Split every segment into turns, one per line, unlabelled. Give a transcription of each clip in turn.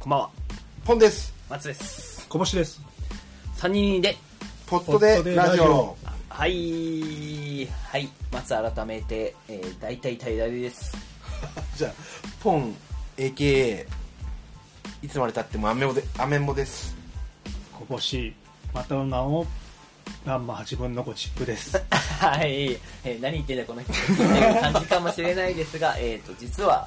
こんばんは、
ポンです。
松です。
こぼしです。
三人で、
ポット
ポ
で
ットで
ラ
ラ
ジ
ジ
オ
オ。
はい、はい、松改めて、えー、大体大 々です。
じゃあ、ポン、AKA、いつまでたってもアメモで、アメモです。
こぼし、またの名を、ガンマ8分の5チップです。
はい、えー、何言ってんだこの人感じかもしれないですが、 えっ、と実は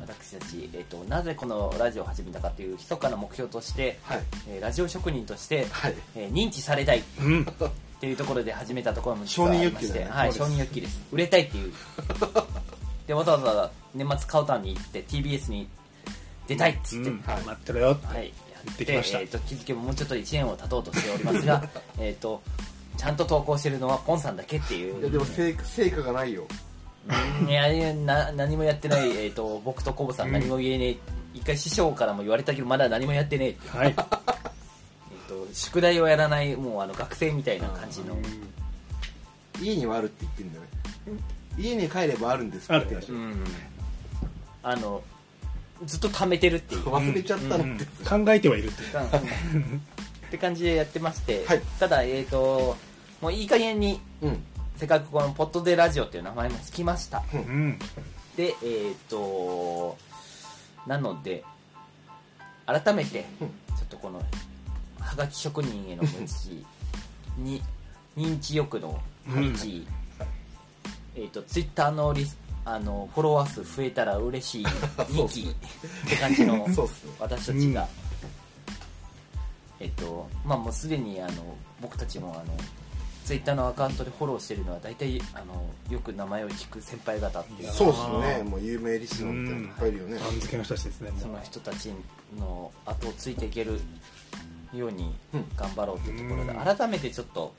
私たち、えー、となぜこのラジオを始めたかという密かな目標として、
はい
えーラジオ職人として、
はい
えー認知されたいっ
うん。
ていうところで始めたところも実はありまし
承
て
認欲求だよね
はい、
そ
承
うです
認欲求です売れたいっ ていうでわざわざ年末カウタンに行って TBS に出たいっつって、
うん
はい
待ってろよって。
はい、や
行
っ
っててきました
えー、と気づけばもうちょっと1年を経とうとしておりますがえっとちゃんと投稿してるのはポンさんだけっていう
いや、でも成果、成果がないよ。
いやいやな何もやってない、えー、と僕とコブさん何も言えねえ、一回師匠からも言われたけどまだ何もやってねえって、
はい。
えー、と宿題をやらないもうあの学生みたいな感じの
家にはあるって言ってんだよね。家に帰ればあるんです
あるって
って
う。んあのずっと貯めてるっていう
忘れちゃったのって。
考えてはいるって。
って感じでやってまして、
はい
ただえっ、ともういい加減に
うん。
せっかくこの「ポットでラジオ」っていう名前もつきました
うん。
でえっ、となので改めて
うん
ちょっとこのはがき職人への無知に認知欲の無知、えっ、とツイッターのリスあのフォロワー数増えたら嬉 しい2期って感じの
そうっすね
私たちが、えっ、とまあもうすでにあの僕たちもあのツイッターのアカウントでフォローしてるのは大体あのよく名前を聞く先輩方っていう
そうっすね。もう有名リスナーみたいなのいっぱいいるよね。
番付の人たちですね。
そ
も
の人たちの後をついていけるように
うん
頑張ろうというところで、
う
改めてちょっと、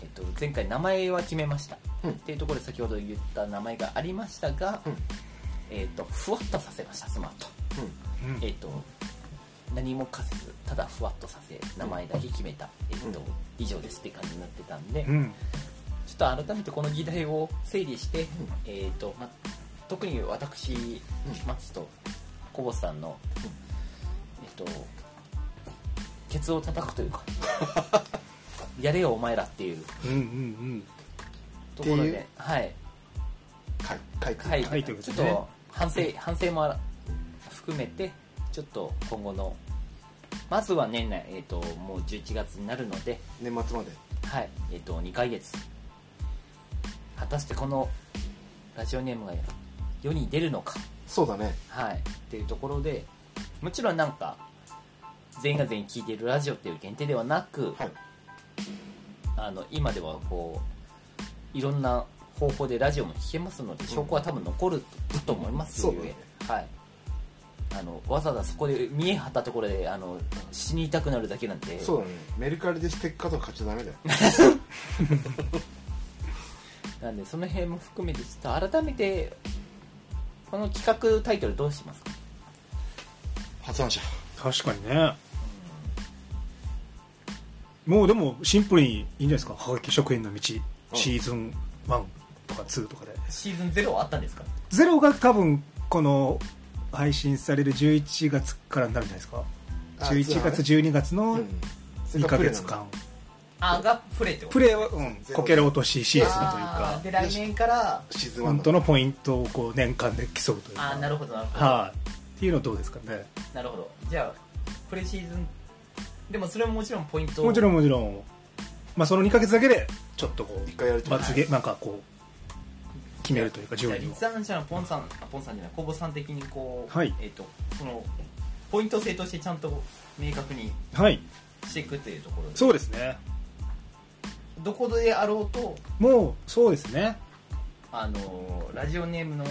えっと、前回名前は決めました、
うん
っていうところで先ほど言った名前がありましたが、
うん
えっと、ふわっとさせましたスマート、
ううん
えっと何もかせずただふわっとさせ名前だけ決めた、えっと
うん
以上ですって感じになってたんで、
う
ちょ
ん。
っと改めてこの議題を整理して、えっとま、特に私松とコボさんの、えっとケツを叩くというかやれよお前らっていう
うんうん
ところ
ってい
で
う
はい
か書いて。
はい、
はいというこ
ちょ
とで
っ
ね
と反省反省もあら含めてちょっと今後のまずは年内、えっともう11月になるので、
年末まで。
はいえっと2ヶ月果たしてこのラジオネームが世に出るのか
そうだね。
はい、っていうところでもちろんなんか全員が全員聞いてるラジオっていう限定ではなく、
はい。
あの今ではこういろんな方法でラジオも聞けますので証拠は多分残ると思います
そう
ゆえ
だね
はい、あのわざわざそこで見え張ったところであの死にたくなるだけなんで
そうだね。メルカリでステッカーとか買っちゃダメだよ。
なんでその辺も含めてちょっと改めてこの企画タイトルどうしますか
発案者。
うん。確かにね。もうでもシンプルにいいんじゃないですか。はがき職員の道、シーズン1とか2とかで。
シーズン0はあったんですか
ゼロが多分、この、配信される11月からになるんじゃないですか。
あ
11月、12月の
うん
2ヶ月。間。
あがプレイってこ
プレーは、うん、こけら落としシーズンという
あ
か
ー、で来年から
シーズン1
本当のポイントをこう年間で競うというか、
ああなるほどなるほど、
はい、っていうのどうですかね。
なるほどじゃあプレシーズンでもそれももちろんポイントを
もちろんもちろん、まあその2ヶ月だけで、ちょっとこ
一回やる
う、
と。
罰ゲ、なんかこう、決めるというか、
じゃ
順
あ
位を。
立案者のポンさんあポンさんじゃないコボさん的にこう、
はい
えっ、とそのポイント制としてちゃんと明確に
はい、
していくっていうところで
そうですね。
どこであろうと
もう、そうですね。
あのーラジオネームの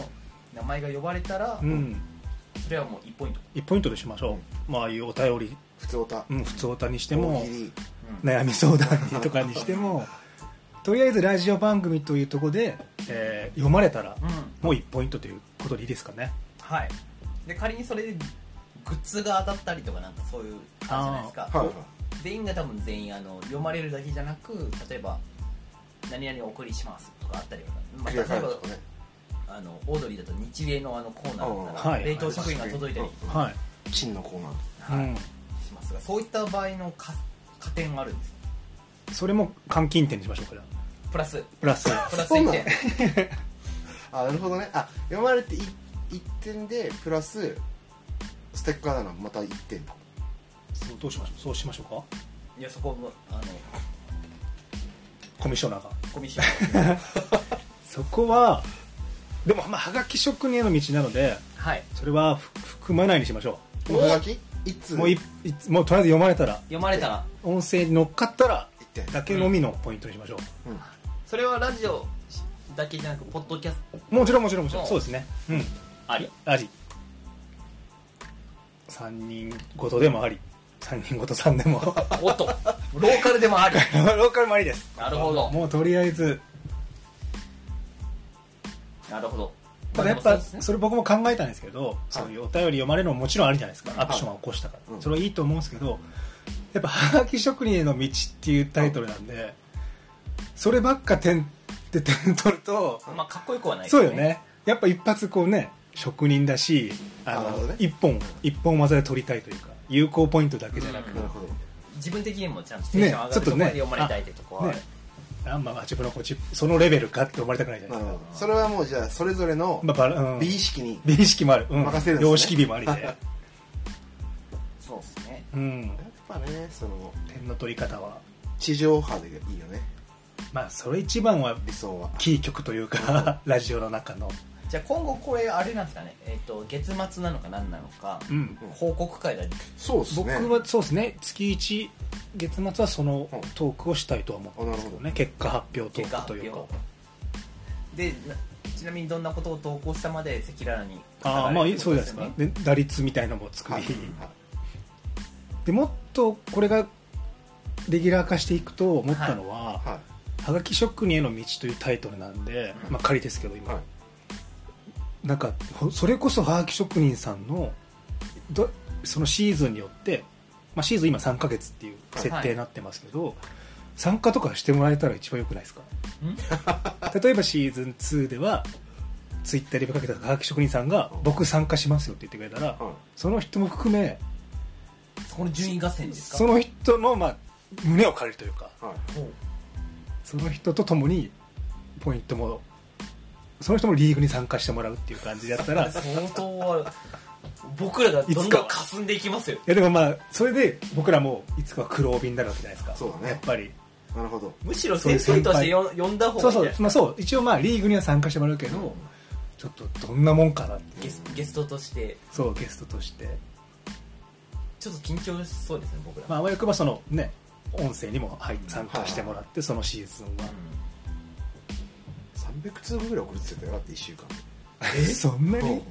名前が呼ばれたら、
うん、
それはもう1ポイント、
1ポイントとしましょう。まあ、ああいうお便り、
普通歌。
うん、普通歌にして
で
も、
うん
悩み相談とかにしても、とりあえずラジオ番組というところで、えー読まれたら、
うん
もう1ポイントということでいいですかね。
はいで仮にそれでグッズが当たったりとかなんかそういう感じじゃないですか、
はい。
全員が多分全員あの読まれるだけじゃなく例えば「何々お送りします」とかあったりとか、
ク
まあ、
リ
例え
アファイル
ば
とかね。
あのオードリーだと日英のあのコーナーだった
は
ら
い
冷凍食品が届いたり
うん
はい。
真のコーナー
うん、
しますがそういった場合のか加点があるんです
それも換金点にしましょうかじゃあ
プラス
プラス
プラス1点
あなるほどねあ読まれてい1点でプラスステッカーならまた1点と
そうどうしましょうそうしましょうか
いやそこもあの
コミッショナーが
コミッション
そこはでもまあはがき職人への道なので
はい
それはふ含まないにしましょ
このはがき1通
うもういいつもうとりあえず読まれたら
読まれたら
音声に乗っかったら
1点
だけのみのポイントにしましょう、
うん
それはラジオだけじゃなくポッドキャスト
もちろんもちろんもちろ
うんん
そうですねうん
あり
あり3人ごとでもあり3人ごとさんで もロ
おっと ローカルでもあり
ーカルもありです
なるほど
もうとりあえず
なるほど
ただやっ
ま
ぱ
あでもそうですね
それ僕も考えたんですけどそういうお便り読まれるのももちろんあるじゃないですかアクションは起こしたか
う
ら
ん
それはいいと思うんですけどやっぱ「はがき職人への道」っていうタイトルなんでそればっか点で点取ると
まあかっこよくはないです
そうよねやっぱ一発こうね職人だしあ
あなる
の
ほどね
一本一本技で取りたいというか有効ポイントだけじゃなく
なるほど
自分的にもちゃんとテンション上がるところで読まれたいってとこはある
ねあんまあ自分のこうちそのレベルかって思われたくないじゃない
な
で
る
す
ほ
か
どそれはもうじゃあそれぞれの
まあバラうん
美意識に
美意識もある、うん
任せるんですね
様式美もありで、
そうですね
うん
やっ、ぱねその
点の取り方は
地上波でいいよね
まあそれ一番は
理想は
キー曲というかラジオの中の、
じゃあ今後これあれなんですかねえっ、と月末なのか何なのか
うん
報告会が
そうです
僕
ね
はそうですね月1月末はそのトークをしたいとは思ってますけど
う
ね結果発表トー
結果
ク
発
という
表
か
でなちなみにどんなことを投稿したまで赤裸々に
ああまあそうじゃないですか
ね
で打率みたいのも作り、
はい
でもっとこれがレギュラー化していくと思ったのは、は
は
がき職人への道というタイトルなんで、まあ、仮ですけど
い
今、
はい
なんかほそれこそはがき職人さんのどそのシーズンによって、まあ、シーズン今3ヶ月っていう設定になってますけど、参加とかしてもらえたら一番良くないですか 例えばシーズン2ではツイッターでかけたはがき職人さんが
う
「
ん
僕参加しますよ」って言ってくれたら、
はい
その人も含め
そこの順位合戦ですか
その人の、まあ、胸を借りるというか
はい
その人と共にポイントもその人もリーグに参加してもらうっていう感じだった ら
相当は僕らがどんどん霞んでいきますよ
いやでもまあそれで僕らもいつかは苦労便になるわけじゃないですか
そうだね
やっぱり
なるほど
むしろ先生としてよ呼んだ方
そ
が
う
いいん
そう
じゃない
まあそう一応まあリーグには参加してもらうけど、ちょっとどんなもんかなって
ゲスゲストとして
そうゲストとして
ちょっと緊張しそうですね僕ら、
まああわよくばそのね音声にも入参加してもらってそのシーズンは、
う
300通分ぐらい送るって言ってたよだって1週間
えそんなに、
うん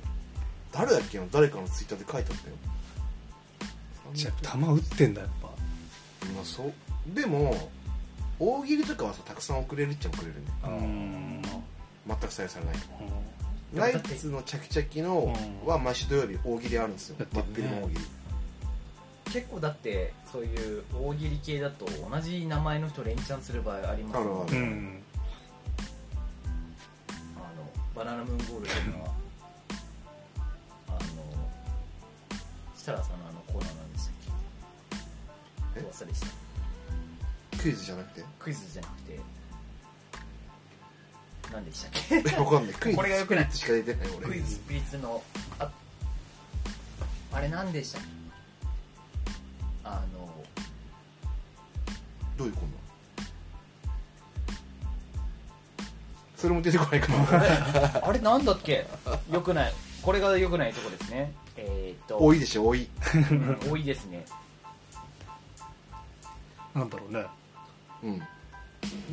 誰だっけな誰かのツイッターで書いてあったよ
じゃあ球打ってんだやっぱ
まあそうでも大喜利とかはさたくさん送れるっちゃ送れるね
うーん
全く採用されない
ん
ナイツのチャキチャキの
うん
は毎週土曜日大喜利あるんですよ
やって
真
る
っ
ね
昼の大喜利
ん結構だってそういう大喜利系だと同じ名前の人連チャンする場合ありますもん
あるあ
う
る
ん
あのバナナムーンゴールドっていうのはあの設楽さんのあのコーナーなんでしたっけ
え
どう忘れした
クイズじゃなくて
クイズじゃなくて何でしたっけ
わかんないクイズ
これが良くない
クイズしか出てない俺
クイズスピリッツのああれ何でしたっけあの
どういうこんなそれも出てこないかも
あれなんだっけよくないこれがよくないとこですねえーっと
多いでしょ多い
うん多いですね
なんだろうね
うん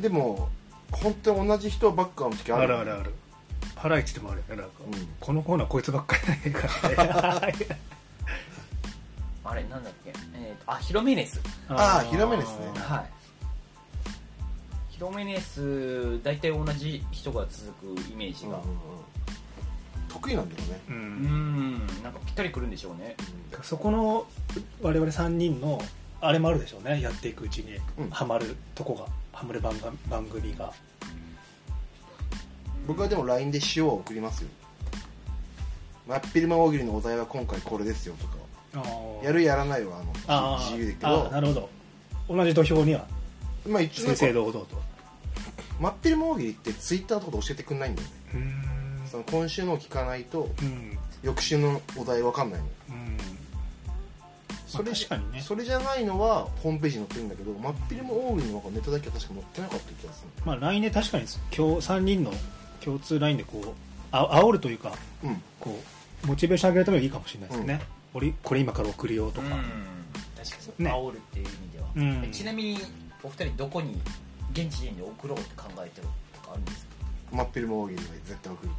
でも本当に同じ人ばっかの時
あ
ある
るあるあるハライチでもあるよねなんか、
うん
このコーナーこいつばっかりだからね
あれなんだっけえーっとあヒロメネス
ああ広めですね
はいヒロメネス大体同じ人が続くイメージ
うんうん
が
うん得意なんだよね
うん
うーんなんかぴったりくるんでしょうね
そこの我々3人のあれもあるでしょうねやっていくうちに
うん
ハマるとこが、ハマる番が番組が
僕はでも LINE で塩を送りますよ真っ昼間大喜利のお題は今回これですよとかやるやらないはあの
あー
自由だけ
あーな
ど
るほど同じ土俵には
まあ一応な
正
んか
々堂々と
待ってる大喜利ってツイッターとかで教えてくんないんだよね
うーん
その今週のを聞かないと
うん
翌週のお題わかんないの
うん
それ
確かにね
それじゃないのはホームページに載ってるんだけど真っ昼も大喜利のネタだけは確か載ってなかった気がす
まあ LINE で確かに今日3人の共通 LINE でこうあ煽るというか
るうん
こうモチベーション上げるためにいいかもしれないですね、俺これ今から送るよとか、
確か
ね
煽るっていう意味では、
うん
にちなみにお二人どこに現時点で送ろうって考えてるとかあるんですか
真っ昼も大喜利は絶対送る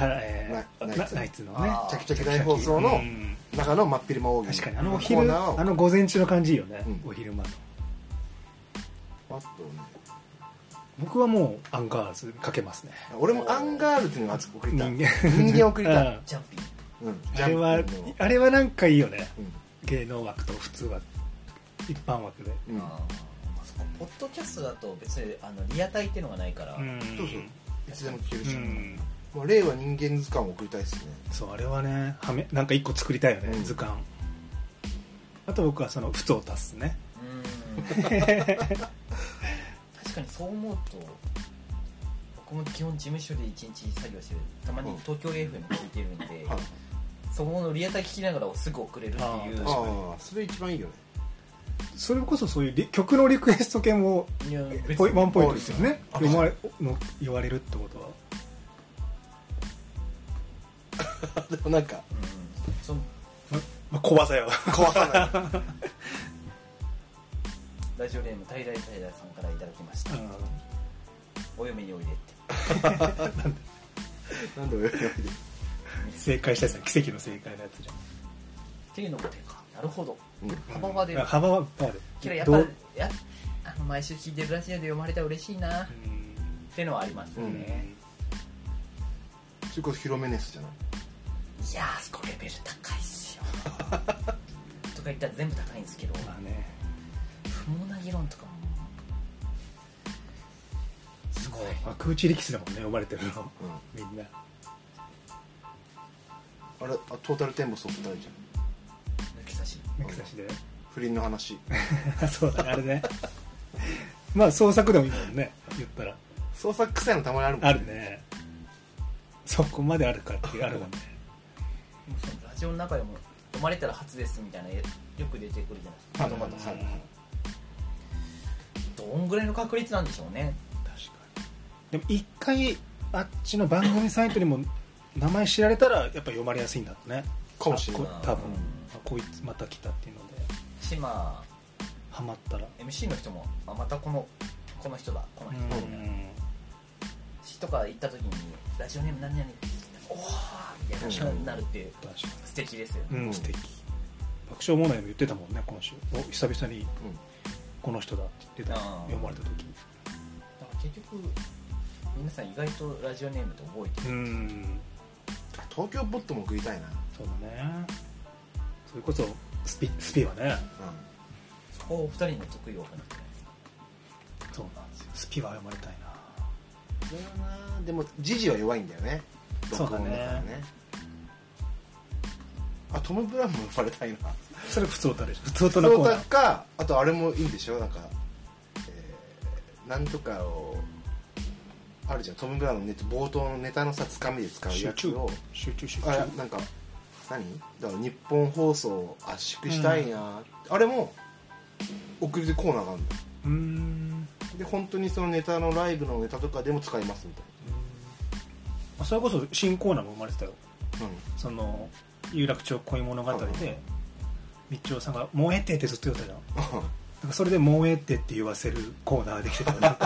と思
あえー
ナ
な
イツ
ナイツのね
あ
う
ー
チャキチャキ大放送
う
の
ん
中の真っ昼も大喜利
確かにあのお
コー
昼
ナーを
あの午前中の感じいいよね、
うん
お昼間の
パッとね
僕はもうアンガールズかけますね
俺もアンガールズには送り
人
たい
間
人間送りたい、
うん
ジャンピング
うん、
あれは
ジャンプの
あれはなんかいいよね
うん
芸能枠と普通は一般枠で
うん
あーまあそこポッドキャストだと別にあのリアタイっていうのがないから、
ん
そうそういつでも聞けるし、
うん
もう令和人間図鑑を送りたいですね
そうあれはねはめなんか一個作りたいよね、
うん
図鑑あと僕はその「ふつおたすね
うん確かにそう思うと僕も基本事務所で一日作業してるたまに東京 FM 聞いてるんで、
はい
そこのリアタイ聞きながらすぐ送れるっていう
確
ああそれ一番 いいよね
それこそそういうリ曲のリクエスト系も
いや別に
ポイワンポイントですよね
あ
読まれの言われるってことは
でもなんか
うんその
まあ怖さ よ
怖さない
ラジオネーム平平平さんからいただきました、
うん
お嫁においでって
なんで俺が
正解したやつは奇跡の正解のやつじ
っていうのもてかなるほど
うん
幅は出
ゃ
る
ん幅はある
けどやっ
ど
ぱ
う
やあの毎週聞いてるラジオで読まれたら嬉しいなっ
うん
ていうのはあります
うん
ね、
それこそ広めネスじゃない
いやー、これレベル高いっすよ。 とか言ったら全部高いんですけど、
まあね
不毛な議論とかも。すごい。
幕内力士だもんね読まれてるの
う
み
ん
んな
あれあトータルテンボスお二人じゃん
抜き差し。
目くさしで
不倫の話
そうだねあれね まあ創作でもいいもんね言ったら
創作臭いのたまにあるもん
あるねそこまであるかっていうあるもんね
もうそのラジオの中でも、読まれたら初ですみたいな、よく出てくるじゃないですか。
あの方はいはい
どんぐらいの確率なんでしょうね。
確かにでも一回あっちの番組サイトにも名前知られたらやっぱ読まれやすいんだろうね
かもしれな
あ
い
こ多分あこいつまた来たっていうので
し、まあ、
ハマったら
MC の人も、あ、またこの、この人だ、この
う
人。
ん
詩とか行った時に、ラジオネーム何々って言っておーみたいな感じになるっていう、
確か
素敵ですよね。
に、
うん
素敵爆笑問題も言ってたもんね今週お久々にこの人だって言ってた
あー
読まれた時
だから結局皆さん意外とラジオネームって覚えてる
うん
東京ボットも送りたいな、
そうだねそれこそスピスピはね
う、
そこをお二人の得意分なんじゃないですか
そうなんですよスピは読まれたいなん
それはなでも時事は弱いんだよね
そうだね
録音からあトム・ブラウンも呼ばれたいな
それ普通歌でしょ普通歌の
ト
コ
ー
ー
タ
ナー
ルかあとあれもいいんでしょなんか、えーなんとかをあるじゃんトム・ブラウンのネタ冒頭のネタのさつかみで使うや
集
つ
中
を
集中集中
あなんか何だから日本放送を圧縮したいな、あれも送りでコーナーがあるんだよ
うーん
で本当にそのネタのライブのネタとかでも使いますみた
あそれこそ新コーナーも生まれてたよ
いな、
その有楽町恋物語
うん
で道夫さんが「燃えて」ってずっと言ってたじゃん
うん、
なんかそれで「燃えて」って言わせるコーナーできてたよね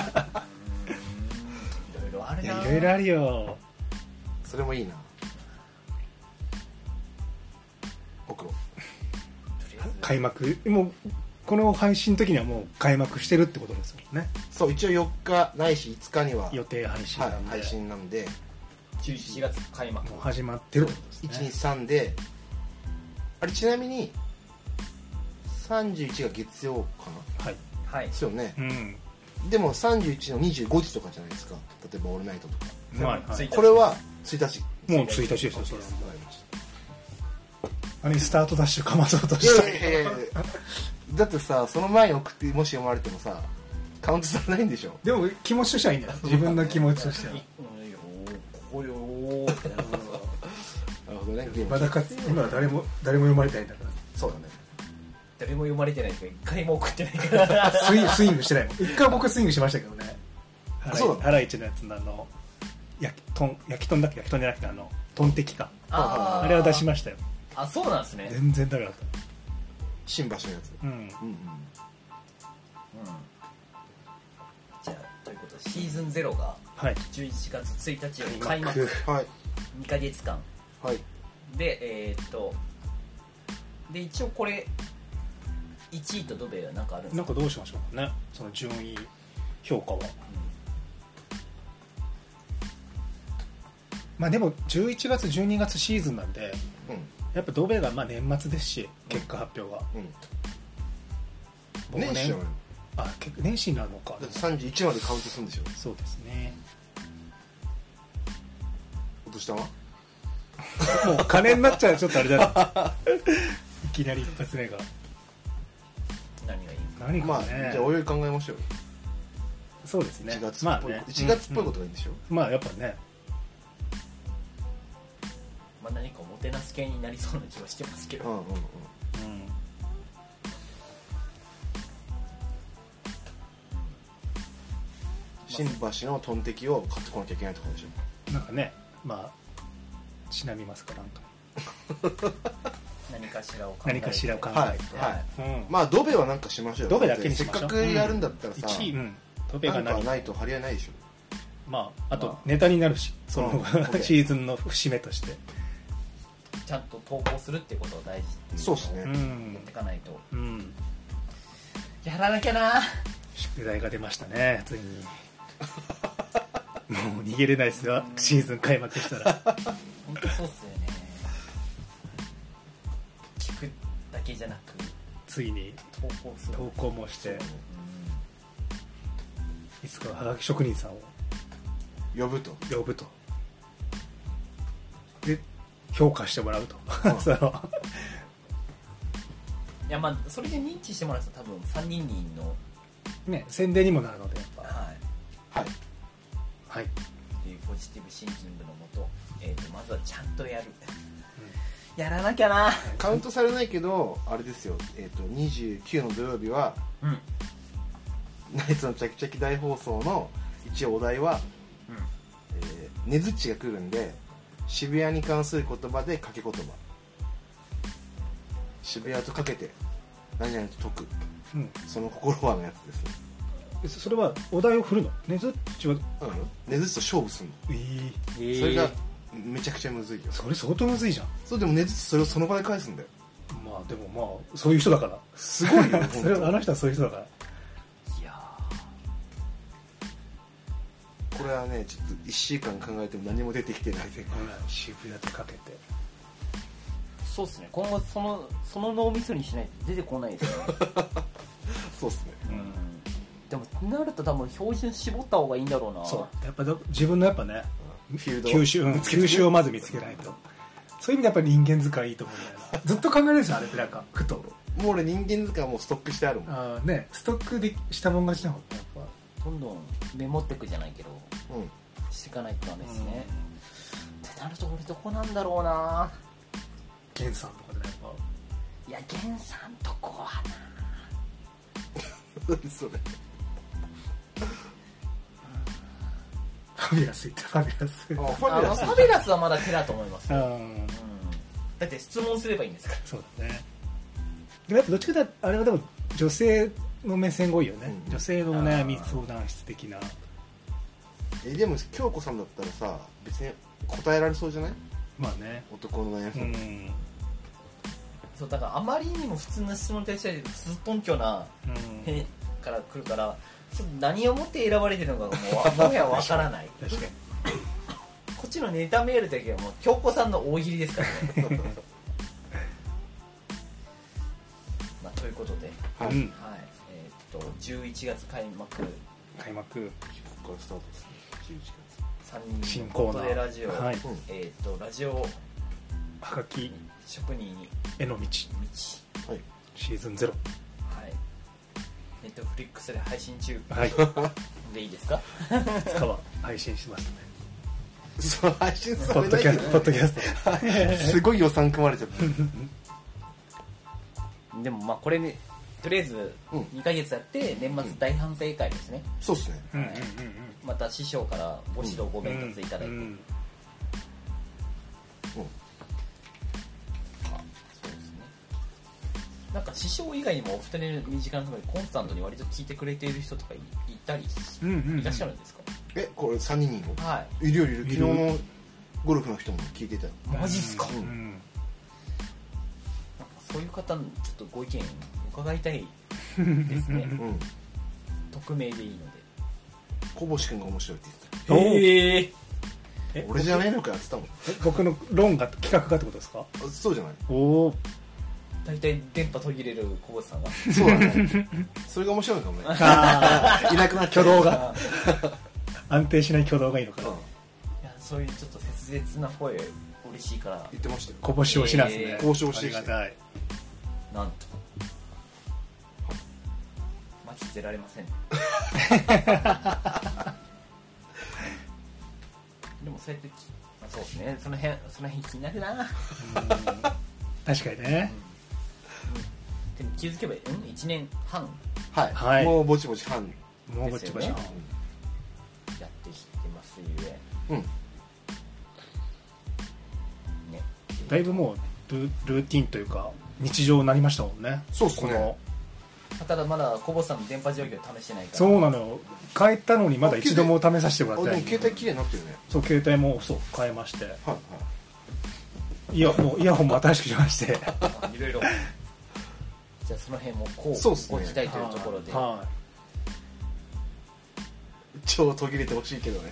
いろいろある
い
な
やいろいろあるよ
それもいいな送ろう
とりあえず
開幕もうこの配信の時にはもう開幕してるってことですもんね
そう一応4日ないし5日には、
予定配信
は
なん
い、
で、
配信なんで
11月開幕
もう始まってるってことですね
123であれちなみに31が月曜かな
はい
はい
ですよね
うん
でも31の25時とかじゃないですか例えば「オールナイト」とか
はいはい
1日
これは1日
もう1日ですよそれは
わかりまし
あれにスタートダッシュかまそうと
い
した
やいやいやいやだってさその前に送ってもし読まれてもさカウントされないんでしょ
でも気持ちとしてはいいんだよ自分の気持ちと しては
よここよーってなる
なるほどねゲーム
まだか今は誰も誰も読まれてないんだか
そうだね
誰も読まれてないとか一回も送ってない から
らスイスイングしてないもん一回僕スイングしましたけどねハライ
そうなの
ハライチのやつのあの焼きとん焼きとんだっけ焼きとんじゃなくてあのトンテキかあれは出しましたよ
あそうなんですね
全然ダメだった
新橋のやつ
うん
うんうん
うんじゃあということでシーズン0が
はい
11月1日より開幕
はい
2ヶ月間
はい
でえーっとで一応これ1位とドベは何かあるんです
な
か
んかどうしましょうかねその順位評価はまあでも11月12月シーズンなんで
う
やっぱドベがまあ年末ですし結果発表が、
んうん
僕ね
年始なのよ
あ結年始になるのか
だって31までカウントするんでしょ
そうですね
落としたわ
もう金になっちゃうちょっとあれだ ねいきなり一発目が
何がいいですか
何
ま
か
あ
ね、
じゃあおいおい考えましょうよ
そうですね
1月
まあ
っぽい
ね、
1月っぽいこととがいいんでしょ
うんまあやっぱね
まあ何かおもてなす系になりそうな気はしてますけ
う
ど
んうんう
う
ん
ん
新橋のトンテキを買ってこなきゃいけないところでしょ
なんかねまあちなみますかなんか
何かしらを考えて
何かしらを考えて、
はいはい
うん
まあドベはなんかしましょうよ
ドベだけにしましょう
せっかくやるんだったらさ、
1位うんトペ
な
が
んか
何
ないと張り合いないでしょ
まああと
まあ
ネタになるしその、
うん OK
シーズンの節目として
ちゃんと投稿するってことを大事っていう
そうっすね
う
持
ん
ってかないと
うん
やらなきゃな
宿題が出ましたねついに もう逃げれないですよシーズン開幕したら
本当そうっすよね聞くだけじゃなく
ついに
投稿する
投稿もして
う
いつかはがき職人さんを
呼ぶと
呼ぶとで評価してもらうと、
ん
その
んいやまあそれで認知してもらうと多分3人人の
ね宣伝にもなるのでやっぱ
はい
はい
はい、
っていうポジティブシンキングのもと,、えー、とまずはちゃんとやるやらなきゃな
カウントされないけどあれですよ、えー、と29の土曜日は
うんうん
ナイツのチャキチャキ大放送の一応お題は「えーねずっちが来るんで渋谷に関する言葉で掛け言葉渋谷とかけて何々と解く
うん
その心はのやつですね、
えそそれはお題を振るのねずっちは
うん、ねずっちと勝負するの、
えー
それがめちゃくちゃむずいよ
それ相当むずいじゃん
そうでもねずっちそれをその場で返すんだよ
まあでもまあそういう人だから
すご いよ
それはあの人はそういう人だから
いや
これはねちょっと1週間考えても何も出てきてないで
渋谷とかけて
ーそうっすね今後そのその脳みそにしないと出てこないですよね
そうっすね
うんでもなると多分標準絞った方がいいんだろうな
そうやっぱど自分のやっぱね
フィールド
吸収うん吸収をまず見つけないとそういう意味でやっぱり人間使いいいと思うんだよなずっと考えれるじゃんあれってなんかふと
もう俺人間図鑑もうストックしてあるもんうん
あーねストックでしたもん勝ちなのやっぱ
どんどんメモってくじゃないけど していかないとダメですね、ってなると俺どこなんだろうな
ゲンさんとかでねやっ
いや源さんとこはな
何それ
ぱファビュラスいったファビュラス
あフ
あ
ァビュ
ま
ラ
あ
ス
ファビュラスはまだ手だと思います、
うん
うんだって質問すればいいんですから
そうだねでもやっぱどっちかというとあれはでも女性の目線が多いよね、
うん
女性のお悩み相談室的な
えでも京子さんだったらさ別に答えられそうじゃない
まあね
男の悩
う
み、
ん、
そうだからあまりにも普通の質問に対してすっぽんきょな
うん、
へから来るからちょっと何をもって選ばれてるのかもうもはやわからない
確かに
こっちのネタメールだけはもう京子さんの大喜利ですからね まあということで、はい
はい、
うん
えーっと11月開幕
開幕
ここからスタートですね
3人
新
の
コーナ
こ
ー
とでラジオ、
はい
11月、
えーっとラジオ
はがき
職人に
絵の道
道
はい
シーズンゼロ
はいネットフリックスで配信中
はいい
でいいですか
つかは配信し ますね
そう配信さ
ポ
れ
ッド
ない
キ
け
ャストポッドキャス
どすごい予算組まれちゃった
でもまあこれねとりあえず
うん
2ヶ月やって年末大反省会ですね、
そうっすね
トうんうんうん
また師匠からご指導ご
うん
鞭達いただいて、
うん
そうですねなんか師匠以外にもお二人の身近なところでコンスタントに割と聞いてくれている人とかいいたり
うんうん
いらっしゃるんですか、
えこれ3人を
はい
いるよりい
い
る昨
る
日のゴルフの人も聞いてたよ
マジっすか
うんうん
なんかそういう方のちょっとご意見伺いたいですね
うん
匿名でいいので
小星君が面白いって
おー
え
言
え
っ
え
てた俺じゃねえのかよって言っ
え僕の論が企画がってことですか
たもんあそう じゃない
おお
大体電波途切れる小坊さ んは
そうだねそれが面白いのかも ね
あ
いなくなっ
ー
ち
挙
ゃう
動が
あ
安定しない挙動がいいのか
う
なん
いやそういうちょっと切実な声嬉しいから
言ってましたよ
こぼしをしなんですね
えー
こぼしをしてきて
ありがたい
なんと待ちてられませんでもそうやってき、まあ、そうですねその辺その辺気になるな
うん確かにね
でも気づけばうん1年半
はい、
はい
もうぼちぼち半
もうぼちぼち
ですよやってきてますゆ
うん、うん、
えね
だいぶもうルルーティンというか日常になりましたもんね
そうっすね
この
ただまだコボさんの電波状況を試してないから
そうなのよ変えたのにまだ一度も試させても
あ
ら
で
っ
も
てない
携帯綺麗になってるね
そう携帯もそう変えまして
はい
いやもうイヤホンも新しくしまして
いろいろじゃあその辺もこう
そうっすね
ご期待というところで
は
超途切れてほしいけど ね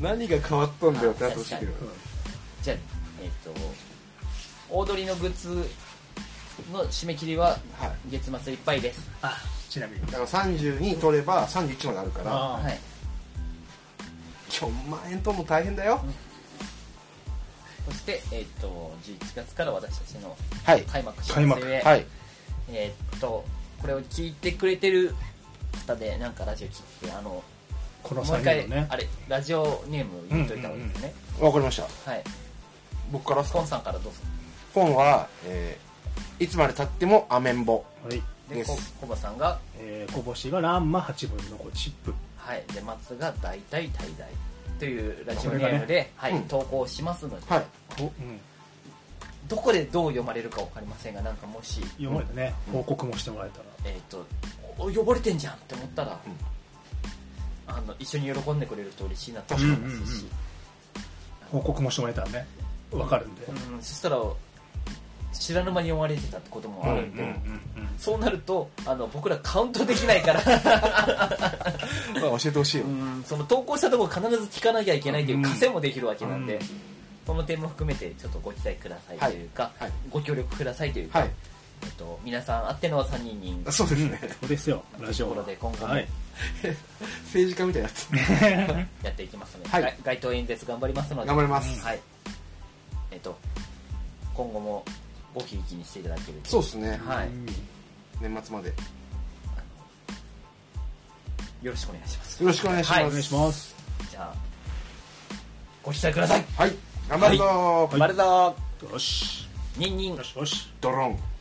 何が変わったんだよってなってほしいけど
い、
じゃあえっ、と大鳥のグッズの締め切りは
はい
月末いっぱいです
あちなみに
だから30に取れば31まであるから
あ
は
ー
い
4万円とも大変だよ
そしてえっ、と11月から私たちの
はい
開幕し
開
ます
幕
ゆえ
はい
えーっとこれを聞いてくれてる方でなんかラジオ聞いてあの
こ
もう
の
一
3
回、
人のね
あれラジオネーム言っといた方がいいですね、
わかりました
はい
僕から
コンさんからどうぞ
本は、えーいつまでたってもアメンボ
はい
で
です
こコバさんが
えー、小星がランマ8分の5チップ
はいで松が大体滞在というラジオ
こ
ネ
れがね
ームで、はい
うん
投稿しますので、
はい
お、うん、
どこでどう読まれるか分かりませんがなんかもし
読まれてね、報告もしてもらえたら
えーっとお呼ばれてんじゃんって思ったら、
うん
あの一緒に喜んでくれると嬉しいなと思いますし、
報告もしてもらえたらねわかるんで
うん、そしたら知らぬ間に読まれてたってこともあるんで、
うんうん
そうなるとあの僕らカウントできないから
まあ教えてほしいよ、
うん その投稿したところ必ず聞かなきゃいけないという稼もできるわけなんで、
うん
その点も含めてちょっとご期待くださいと
はい
いうか、
はい
ご協力くださいというか、
はい
えっと、皆さんあっての3人に
あそうですね
そうですよラジオは
ということで今後も
はい、
政治家みたいなやつ
やっていきますので、
はい
が街頭演説頑張りますので
頑張ります、
はいえっと、今後もごひいきにしていただけると
そうですね、
はい
うん
年末までよ
よろしくお願いします
ろしくお願いします、
はい
お願いします
じゃあご期待ください
はい頑張るぞー、
丸田
よし
ニンニン
よしよし
ドローン